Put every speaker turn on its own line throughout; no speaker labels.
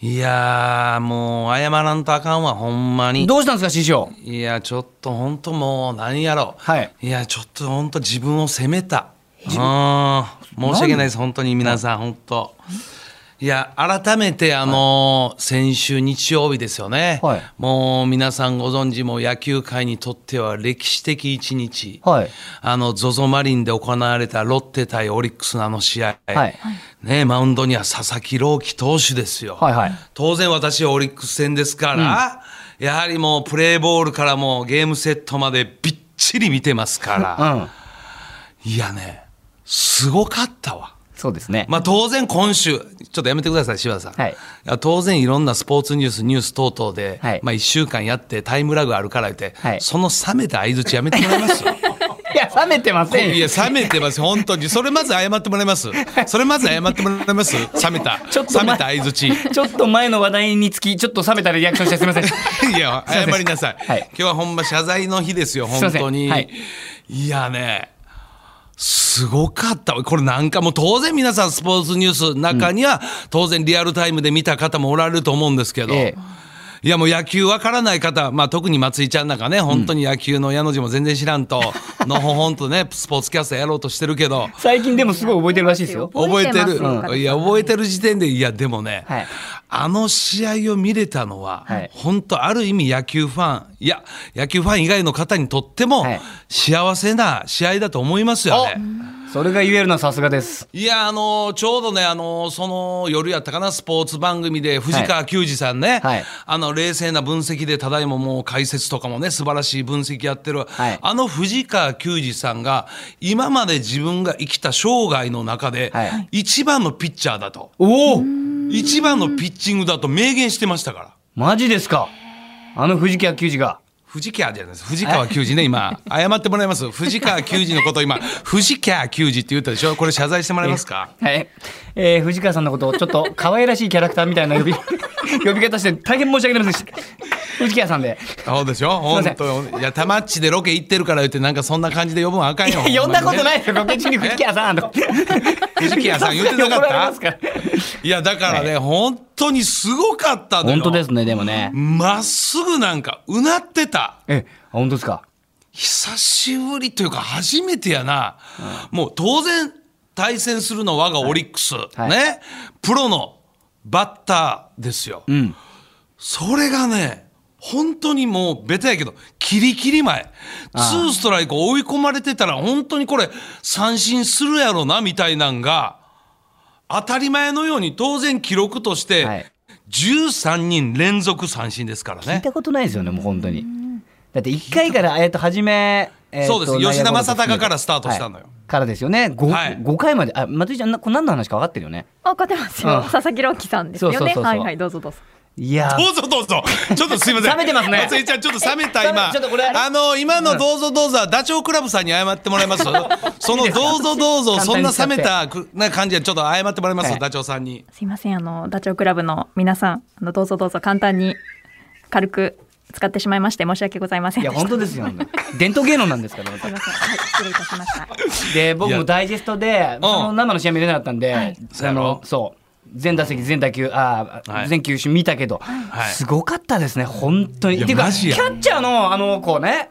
いやーもう謝らんとあかんわほんまに
どうしたんですか師匠
いやちょっとほんともう何やろ
はい
いやちょっとほんと自分を責めたうん申し訳ないです本当に皆さん本当いや改めてあの、先週日曜日ですよね、
はい
もう皆さんご存知もう野球界にとっては歴史的一日、
はい
あの ZOZO マリンで行われたロッテ対オリックスのあの試合、
はい
ね、マウンドには佐々木朗希投手ですよ、
はいはい
当然私はオリックス戦ですから、やはりもうプレーボールからもうゲームセットまでびっちり見てますから、
うん
いやねすごかったわ。
そうですね、
まあ、当然今週、ちょっとやめてください、柴田さん。
はい
や当然いろんなスポーツニュース、ニュース等々で、
はい
まあ1週間やってタイムラグあるから言って、
はい
その冷めた相槌やめてもらい ますよ。
いや冷めてません
い
よ
や、冷めてます、本当に。それまず謝ってもらいます。それまず謝ってもらいます。冷めた。
ちょっと
冷
前
めた相槌。
ちょっと前の話題につきちょっと冷めたリアクションしてすみませ ん
いや、謝りなさい。
はい
今日はほんま謝罪の日ですよ、
すいま
本
せん
当に。
はいい、
やね、すごかったわ。これなんかもう当然皆さんスポーツニュース中には、当然リアルタイムで見た方もおられると思うんですけど。
ええ
いやもう野球わからない方、まあ、特に松井ちゃんなんかね、本当に野球の矢の字も全然知らん と、のほほんとね、スポーツキャスターやろうとしてるけど、
最近でもすごい覚えてるらしいですよ
覚えてる、
覚えてますよ
うんいや覚えてる時点でいやでもね、
はい
あの試合を見れたのは、
はい
本当ある意味野球ファンいや野球ファン以外の方にとっても
はい
幸せな試合だと思いますよね。
それが言えるのはさすがです
いや、あのちょうどね、あのその夜やったかな、スポーツ番組で、藤川球児さんね、
はい
あの、冷静な分析で、ただいまもう解説とかもね、素晴らしい分析やってる、
はい
あの藤川球児さんが、今まで自分が生きた生涯の中で、
はい
一番のピッチャーだと、
おお
一番のピッチングだと明言してましたから。
マジですかあの藤木野球児が
藤川じゃないです。藤川球児ね、今、謝ってもらいます。藤川球児のことを今、藤川球児って言ったでしょこれ謝罪してもらえますか
はい、えー、藤川さんのことをちょっと可愛らしいキャラクターみたいな呼び 呼び方して大変申し訳ありませんでした藤川さんで
そうでしょ本
すいません
当いや、たまっちでロケ行ってるから言って、なんかそんな感じで呼ぶんあかんよ。
呼んだこと
い。
ないですよロケ中に藤川さんとか
藤川さん言ってなかった
怒られますから
いや、だからね、本当にすごかったのよ
本当です。ねでもね
まっすぐなんか、うなってた。
えあ本当ですか
久しぶりというか、初めてやな。もう当然、対戦するのは我がオリックス。
い
ね。プロのバッターですよ。
うん
それがね、本当にもうベタやけど、キリキリ前、ツーストライク追い込まれてたら、本当にこれ、三振するやろなみたいなんが、当たり前のように、当然記録とし
はい
て、13人連続三振ですから
聞い
ね。
たことないですよねもう本当にだって1回からえっと初めえーと
そうです吉田正尚からスタートしたのよ
はいからですよね 5,
はい
5回まであ松井ちゃんなこれ何の話か分かってるよね
あ、勝てます
う
よ
ん。
佐々木朗希さんですよね。
そうそうそうそう
はいはい、どうぞどうぞ。
いやー
どうぞどうぞ。ちょっとすいません。
冷めてますね
松井ちゃん、ちょっと冷めた
え
今。
ちょっとこれ
あの、今のどうぞどうぞはダチョウ倶楽部さんに謝ってもらいます。 そのどうぞどうぞ、そんな冷めたくな感じでちょっと謝ってもらいます
は。い
ダチョウさんに。
すいません、あの、ダチョウ倶楽部の皆さん、あの、どうぞどうぞ簡単に軽く使ってしまいまして申し訳ございません
い
で
や
した。
本当ですよ本当伝統芸能なんですからま
す
た
いません。はい、失礼いたしました。
で僕
いや
もダイジェストでその生の試合見れなかったんで
そうやろ
そのそう全打席全打球あー
はい
全球種見たけど
い
すごかったですね本当に
いや
っていうか
マ
キ
ジや
ャッチャーのあの子ね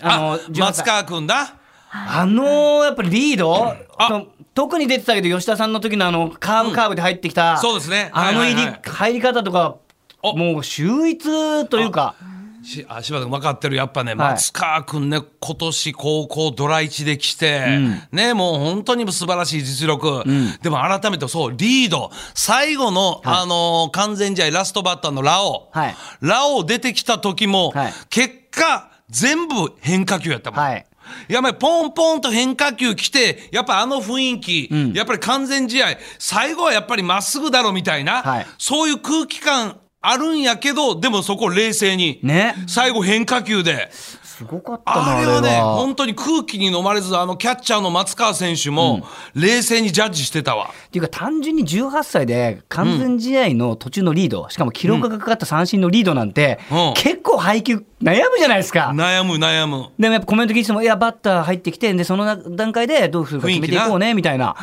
あ
あの
松
18
川君だ。
あのやっぱりリード
あ
と特に出てたけど吉田さんの時のあのカーブカーブで入ってきた
そうですね
あの
はい
入
はい
り
はい
入り方とか
お
もう秀逸というか
しあ柴田君分かってるやっぱね、
はい
松川君ね今年高校ドラ1で来て、ねもう本当に素晴らしい実力、でも改めてそうリード最後の、あのー完全試合ラストバッターのラオ、
はい
ラオ出てきた時も、
はい
結果全部変化球やったもん。
はい
やっぱりポンポンと変化球来て、やっぱあの雰囲気、
ん
やっぱり完全試合、最後はやっぱりまっすぐだろみたいな、
はい
そういう空気感あるんやけど、でもそこ冷静に、
ね
最後変化球で。
すごかったな
あ
あ
れ
れ
はね、
は。
本当に空気に飲まれず、あのキャッチャーの松川選手も、冷静にジャッジしてたわ。
っていうか単純に18歳で完全試合の途中のリード、しかも記録がかかった三振のリードなんて、
うん
結構配球悩むじゃないですか。
悩む悩む。
でもやっぱコメント聞いてても、いや、バッター入ってきて、で、その段階でどうするか決めていこうね、みたいな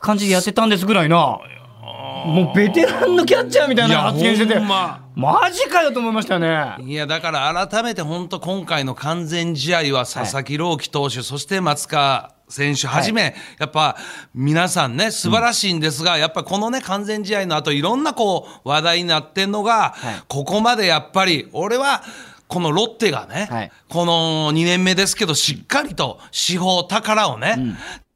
感じでやってたんですぐらいな。もうベテランのキャッチャーみたいな発言して
い
て、
やほんま
マジかよと思いましたよね。
いやだから改めて本当今回の完全試合は佐々木朗希投手、そして松川選手はじめ、やっぱ皆さんね素晴らしいんですが、やっぱこのね完全試合の後いろんなこう話題になってんのが、
はい
ここまでやっぱり俺はこのロッテがね、
はい
この2年目ですけどしっかりと司法宝をね、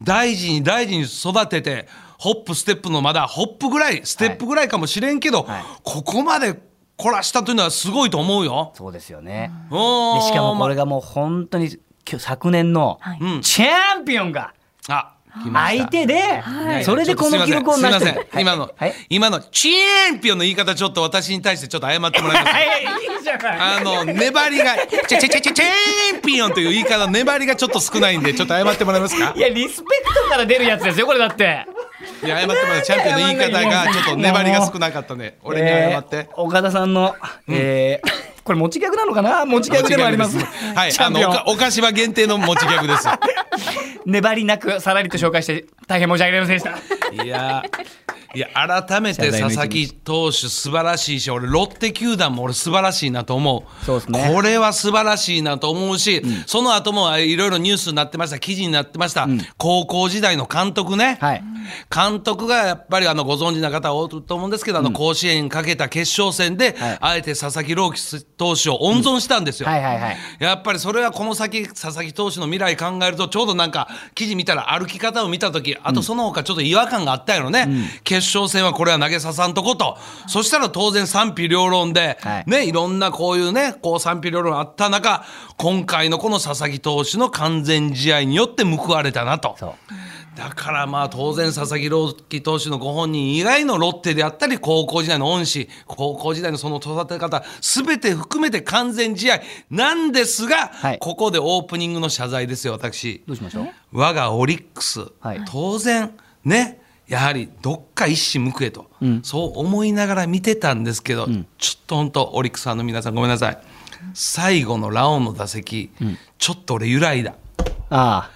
大事に大事に育ててホップステップのまだホップぐらいステップぐらいかもしれんけど、
はい
ここまで凝らしたというのはすごいと思うよ。
そうですよね。で
で
しかもこれがもう本当に今日昨年の
はい
うん
チャンピオンが
あ、来ました
相手で
はい、
それでこの記録を
すい
成
ま
し
せ
て
ん
る
すいません。今の、
はい
今のチャンピオンの言い方ちょっと私に対してちょっと謝ってもらいます。
はい、いいじゃない。
あの粘りがチェチェチェチェチャンピオンという言い方の粘りがちょっと少ないんでちょっと謝ってもらえますか。
いや、リスペクトから出るやつですよ、これだって。
いや謝ってもらえますチャンピオンの言い方がちょっと粘りが少なかったね。俺に謝って。
えー岡田さんの、えーこれ持ちギャグなのかな持ちギャグでもあります。
はい、
チャ
あ
ンピ
の
オ
お
ン
かお菓子場限定の持ちギャグです。
粘りなくさらりと紹介して大変申し訳ありませんでした。
いやーいや改めて
謝罪の
佐
一日
々木投手素晴らしいし俺ロッテ球団も俺素晴らしいなと思う
そうですね
これは素晴らしいなと思うし、その後もいろいろニュースになってました記事になってました、高校時代の監督ね、
はい
監督がやっぱりあのご存知な方多いと思うんですけど、あの甲子園かけた決勝戦で、
はい
あえて佐々木朗希投手を温存したんですよ。
はいはいはい。
やっぱりそれはこの先佐々木投手の未来考えるとちょうどなんか記事見たら歩き方を見た時あとその他ちょっと違和感があったよね、決勝戦はこれは投げささんとことそしたら当然賛否両論で、
はい
ねいろんなこういうねこう賛否両論あった中今回のこの佐々木投手の完全試合によって報われたなと。
そう。
だからまあ当然佐々木朗希投手のご本人以外のロッテであったり高校時代の恩師高校時代のその育て方全て含めて完全試合なんですが、
はい
ここでオープニングの謝罪ですよ私
どうしましょう
我がオリックス、
はい
当然ねやはりどっか一矢報えと、
ん
そう思いながら見てたんですけど、ちょっと本当オリックスファンの皆さんごめんなさい最後のラオウの打席、ちょっと俺揺らいだ。
あ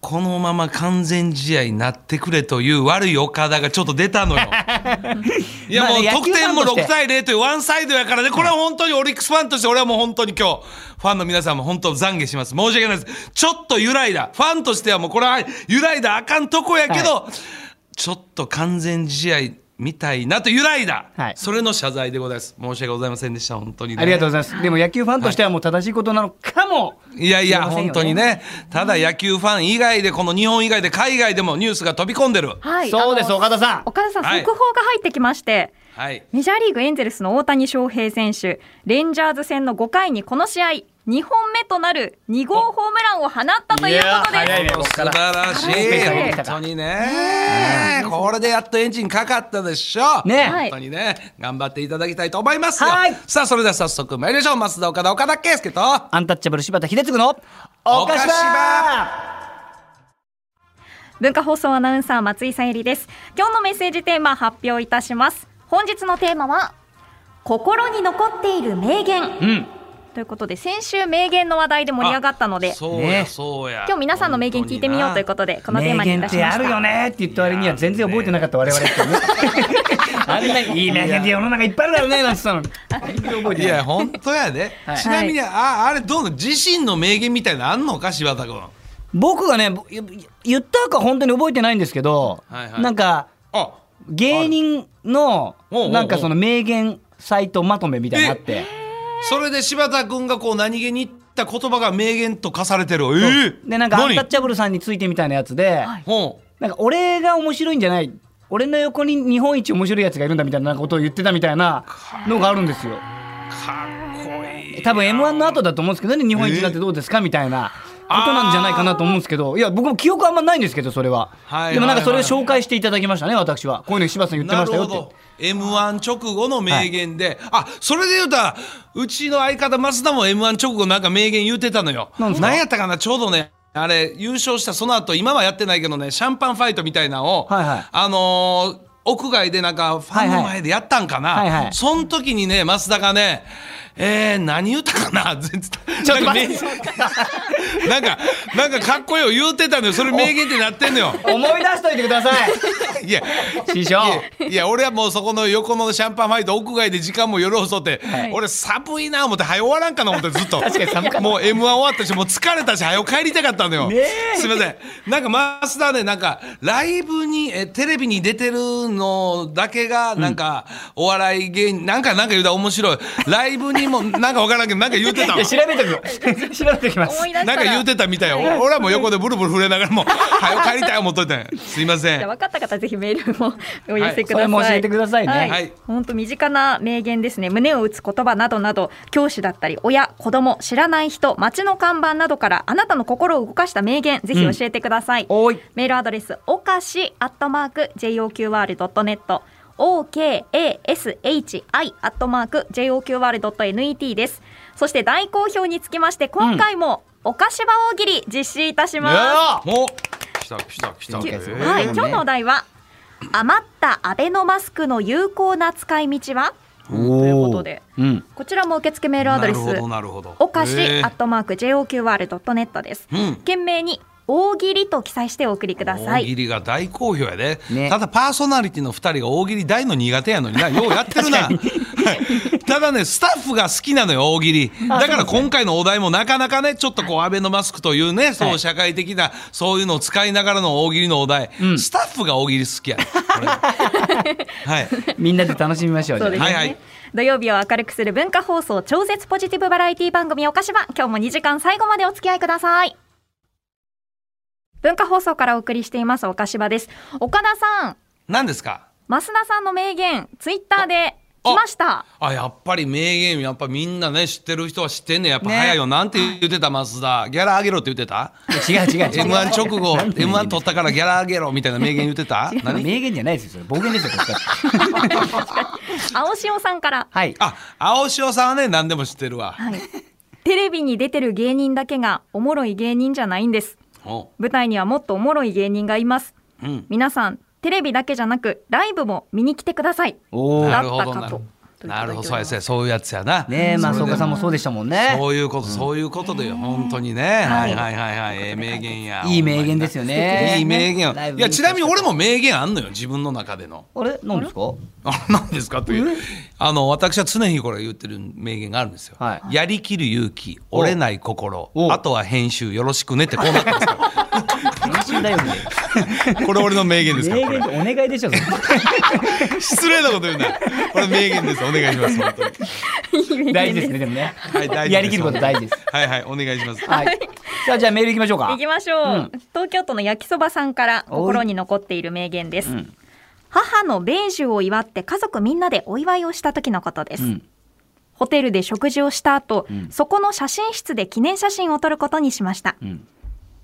このまま完全試合になってくれという悪い岡田がちょっと出たの よ。いや
まあ
もう
ね
得点も
野球ファンとして
6対0というワンサイドやからね、これは本当にオリックスファンとして、俺はもう本当に今日、ファンの皆さんも本当懺悔します。申し訳ないです。ちょっと揺らいだ。ファンとしてはもうこれは揺らいだあかんとこやけど、ちょっと完全試合みたいなと揺らいだ。
はい
それの謝罪でございます。申し訳ございませんでした。本当に、
あ。
ね。
ありがとうございます。でも野球ファンとしてはもう正しいことなのかも。
いやいや、
すいませ
本
んよね
当にね、ただ野球ファン以外で、この日本以外で、海外でもニュースが飛び込んでる。
はい。
そうです、
あの
岡田さん。
岡田さん、
はい
速報が入ってきまして、
はい。
メジャーリーグエンゼルスの大谷翔平選手、レンジャーズ戦の5回にこの試合、2本目となる2号ホームランを放ったということ
いや早
で
いねこっ
素
から
晴らしい。本当にね。これでやっとエンジンかかったでしょう。
ね
本当にね、頑張っていただきたいと思いますよ
はい。
さあ、それでは早速参りましょう。増田岡田岡田圭介と。
アンタッチャブル柴田秀嗣の
お
お
菓
か
子
しば
す。文化放送アナウンサー松井さゆりです。今日のメッセージテーマ発表いたします。本日のテーマは、心に残っている名言
うん。
ということで、先週名言の話題で盛り上がったので、
そうや、
ね
そうや。
今日皆さんの名言聞いてみようということで、このテーマ
名
にい
言
た
っ
してまし
あ
た。
るよねって言った割には全然覚えてなかった我々ってね。 あんないい名言って世の中いっぱいあるだろうねなんて言ってたのに。全然覚え
い
てない。
や、本当やで。
はい
ちなみに、あ、あれ、どうなの自身の名言みたいなのあんのか、柴田君。
僕がねぼ言ったか本当に覚えてないんですけど、
はいはい
なんか
あ。
芸人
お
の
うおうおう
なんかその名言サイトまとめみたいなのあって
それで柴田君がこう何気に言った言葉が名言と化されてる。ええ
でなんかアン
何
タッチャブルさんについてみたいなやつで、
はい
ほう
なんか俺が面白いんじゃない俺の横に日本一面白いやつがいるんだみたいなことを言ってたみたいなのがあるんですよ
かっこいい。
多分 m 1の後だと思うんですけどね日本一になってどうですかみたいなことなんじゃないかなと思うんですけどいや僕も記憶あんまないんですけどそれは、
はい
でもなんかそれを
はいはい
紹介していただきましたね私はこういうの柴田さん言ってましたよって
なるほど M1 直後の名言で、あそれで言うたらうちの相方増田も M1 直後なんか名言言ってたのよ
なんですか
やったかなちょうどねあれ優勝したその後今はやってないけどねシャンパンファイトみたいなのを、
はいはい
あのー屋外でなんかファンの前でやったんかな、
はいはいはいはい
その時にね増田がね、えー、何言ったかな 全然
ちょっと
なんか
待
名
っ て
なんかなんかかっこよ言うてたのよそれ名言ってなってんのよ
思い出しといてください
いや
師匠
いやいや俺はもうそこの横のシャンパンファイト屋外で時間も夜遅って、
い
俺寒いな思って早終わらんかな思ってずっと
確かに寒かった
もう m 1終わったしもう疲れたし早帰りたかったのよ、すいませんなんかマスターねなんかライブにえテレビに出てるのだけがなんか、お笑い芸人なんかなんか言うたら面白いライブにもなんかわからんけどなんか言うてた
い
わ
や調べとくよ 調べときます
思い出したら
なんか言うてたみたいよお俺はもう横でブルブル震えながらもう早帰りたい思っといたんやすいません
じゃあ分かった方はぜひメールもお寄せください。
それも教えてくださいね
はい
本当身近な名言ですね。胸を打つ言葉などなど、教師だったり親、子供、知らない人、街の看板などからあなたの心を動かした名言ぜひ教えてください。
おい
メールアドレスおかしアットマーク JOQR.net OKASHI アットマーク JOQR.net ですそして大好評につきまして今回もお菓子場大喜利実施いたしま
お来た来た来た、
す、
い
え
や
ー
はい、
えー
今日のお題は余ったアベノマスクの有効な使い道はということで
うん
こちらも受付メールアドレス
なるほどなるほど
おかし
えー
アットマーク JOQR.net です、
うん
件名に大喜利と記載してお送りくださ
大
い
喜利が大好評やで、
ね
ただパーソナリティの2人が大喜利大の苦手やのに なようやってるなただねスタッフが好きなのよ大喜利だから今回のお題もなかなかねちょっとこうアベノマスクというね、そう社会的なそういうのを使いながらの大喜利のお題、スタッフが大喜利好きやねこれはい
みんなで楽しみましょうじゃ
そ
あ
うですね、
はいはい
土曜日を明るくする文化放送超絶ポジティブバラエティ番組おかしば今日も2時間最後までお付き合いください文化放送からお送りしていますおかしばです岡田さん
何ですか
増田さんの名言ツイッターで来ました
あやっぱり名言やっぱみんなね知ってる人は知ってんねやっぱ
ね
早いよ、なんて言ってた増田ギャラ上げろって言ってた
違う違 う違う
M1 直後
なんて
M1 取ったからギャラ上げろみたいな名言言って た何
名言じゃないですよそれ暴言ですよこっちは
青塩さんから、
はい
あ青塩さんはね何でも知ってるわ
はい、テレビに出てる芸人だけがおもろい芸人じゃないんです
お
舞台にはもっとおもろい芸人がいます
うん
皆さんテレビだけじゃなくライブも見に来てください
おー
な
だっ
る
た
ほど
か
な
と
なるほどそうやそうやそういうやつやな
ねえまあ
そ
そう
れで
かさんもそうでしたもんね
そういうことそういうことでよ本当にねはいはいはいはいええ名言や
いい名言ですよね
いい名言
ライブ
いやちなみに俺も名言あんのよ自分の中での
あれ何ですか
あ何ですかというあの私は常日頃言ってる名言があるんですよ、
は
やりきる勇気折れない心
お
あとは編集よろしくねってこうなったんですよ
編集だよね
これ俺の名言ですから
名
これ
言ってお願いでしょ それ
失礼なこと言うなこれ名言ですお願いします本当に
大事ですねでもね
はい、大事です
やりきること大事です。
はいはい、お願いします。
はいさあじゃあメールいきましょうか
行きましょう、
うん
東京都の焼きそばさんから
おい
心に残っている名言です、
ん
母の米寿を祝って家族みんなでお祝いをした時のことです、
うん
ホテルで食事をした後、
ん
そこの写真室で記念写真を撮ることにしました、
ん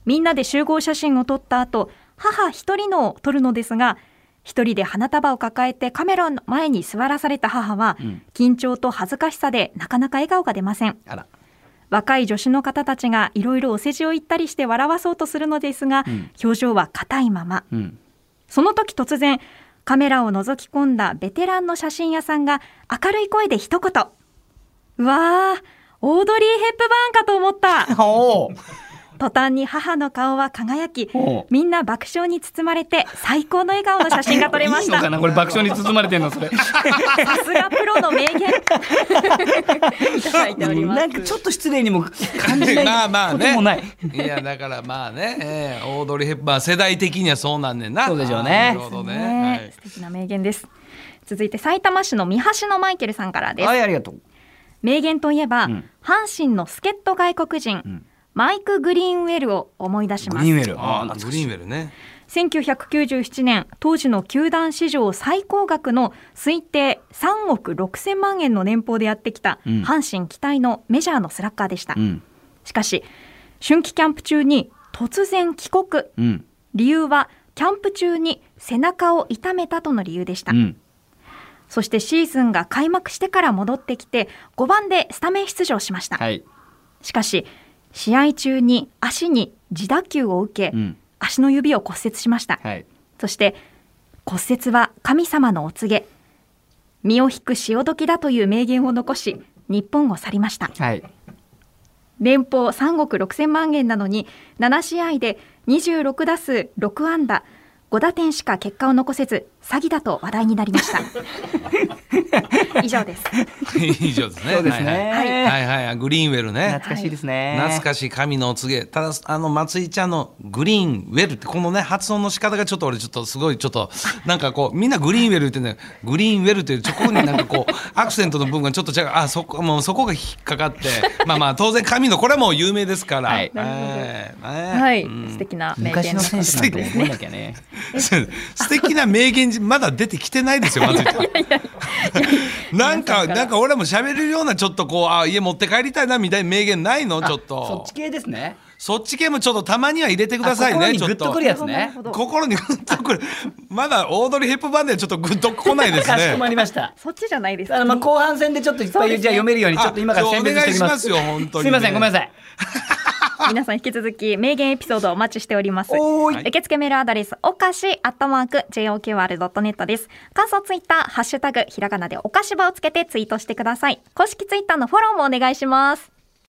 みんなで集合写真を撮った後母一人のを撮るのですが一人で花束を抱えてカメラの前に座らされた母は、
ん
緊張と恥ずかしさでなかなか笑顔が出ません
あら
若い女子の方たちがいろいろお世辞を言ったりして笑わそうとするのですが、表情は硬いまま
うん
その時突然カメラを覗き込んだベテランの写真屋さんが明るい声で一言「うわーオードリー・ヘップバーンかと思っ た
おー」
途端に母の顔は輝き
おう
みんな爆笑に包まれて最高の笑顔の写真が撮れま
い
し
いの
た
かなこれ爆笑に包まれてんのそれ
さすがプロの名言 いただいております
なんかちょっと失礼にも 感じな い
まあまあ
こともない
ね。いや、だからまあね、えー、オードリー・ヘッバー世代的にはそうなんねんな。
そうでしょうね
なるほどね。は
ね
い
素敵な名言です続いて埼玉市の三橋のマイケルさんからです、
はいありがとう
名言といえば、
ん
阪神の助っ人外国人、マイク・グリーンウェルを思い出し
グ
ま
リーンウ
す
ェルあ
あ
ー
あ、
懐
グ
かし
リ
い
ーンウェルね。
1997年当時の球団史上最高額の推定3億6000万円の年俸でやってきた、
ん
阪神期待のメジャーのスラッガーでした、
うん
しかし春季キャンプ中に突然帰国
うん
理由はキャンプ中に背中を痛めたとの理由でした、
うん
そしてシーズンが開幕してから戻ってきて5番でスタメン出場しました、
はい
しかし試合中に足に自打球を受け、
うん
足の指を骨折しました、
はい
そして骨折は神様のお告げ身を引く潮時だという名言を残し日本を去りました
はい。
年俸3億6000万円なのに7試合で26打数6安打5打点しか結果を残せず詐欺だと話題になりました 以上です
以上ですね。
そうです
はいはい
ね。
はいはいはい、グリーンウェルね。
懐かしいですね。
懐かしい神のお告げ。ただ、あの、松井ちゃんのグリーンウェルって、このね、発音の仕方がちょっと俺、ちょっとすごい、ちょっと、 なんかこう、みんなグリーンウェルってね、グリーンウェルっていう、ここになんかこう、 アクセントの部分がちょっと違う。あ、そこ、もうそこが引っかかって、 まあまあ、当然神の、これはもう有名ですから。
はい
はい。
は
はいい。うん
素敵な名
昔
言
の
です
選手なんて覚えなきゃ ね。
そう素敵な名言じまだ出てきて ないですよ松井ちゃん。なんかなんか俺も喋れるようなちょっとこうあ家持って帰りたいなみたいな名言ないのちょっ
あそ
と
っち系ですね。
そっち系もちょっとたまには入れてください
あ心
ね
に
ちょ
グ
っ
ッと
と
くるやつ
なる
ね
ほ。ど
心にグッとくるまだオードリー・ヘップバーンではちょっとグッと来ないです
かしこま
ね。
りました。
そっちじゃないです
あのまあ後半戦でちょっといっぱ
そうで
い
すね
じゃあ読めるようにちょっと今から
あそう
選別しておきます。
お願いしますよ本当にね
すいませんごめんなさい。
皆さん引き続き名言エピソードをお待ちしております。
おーい
受付メールアドレス、おかし、アットマーク、JOQR.net です。感想ツイッター、ハッシュタグ、ひらがなでおかしばをつけてツイートしてください。公式ツイッターのフォローもお願いします。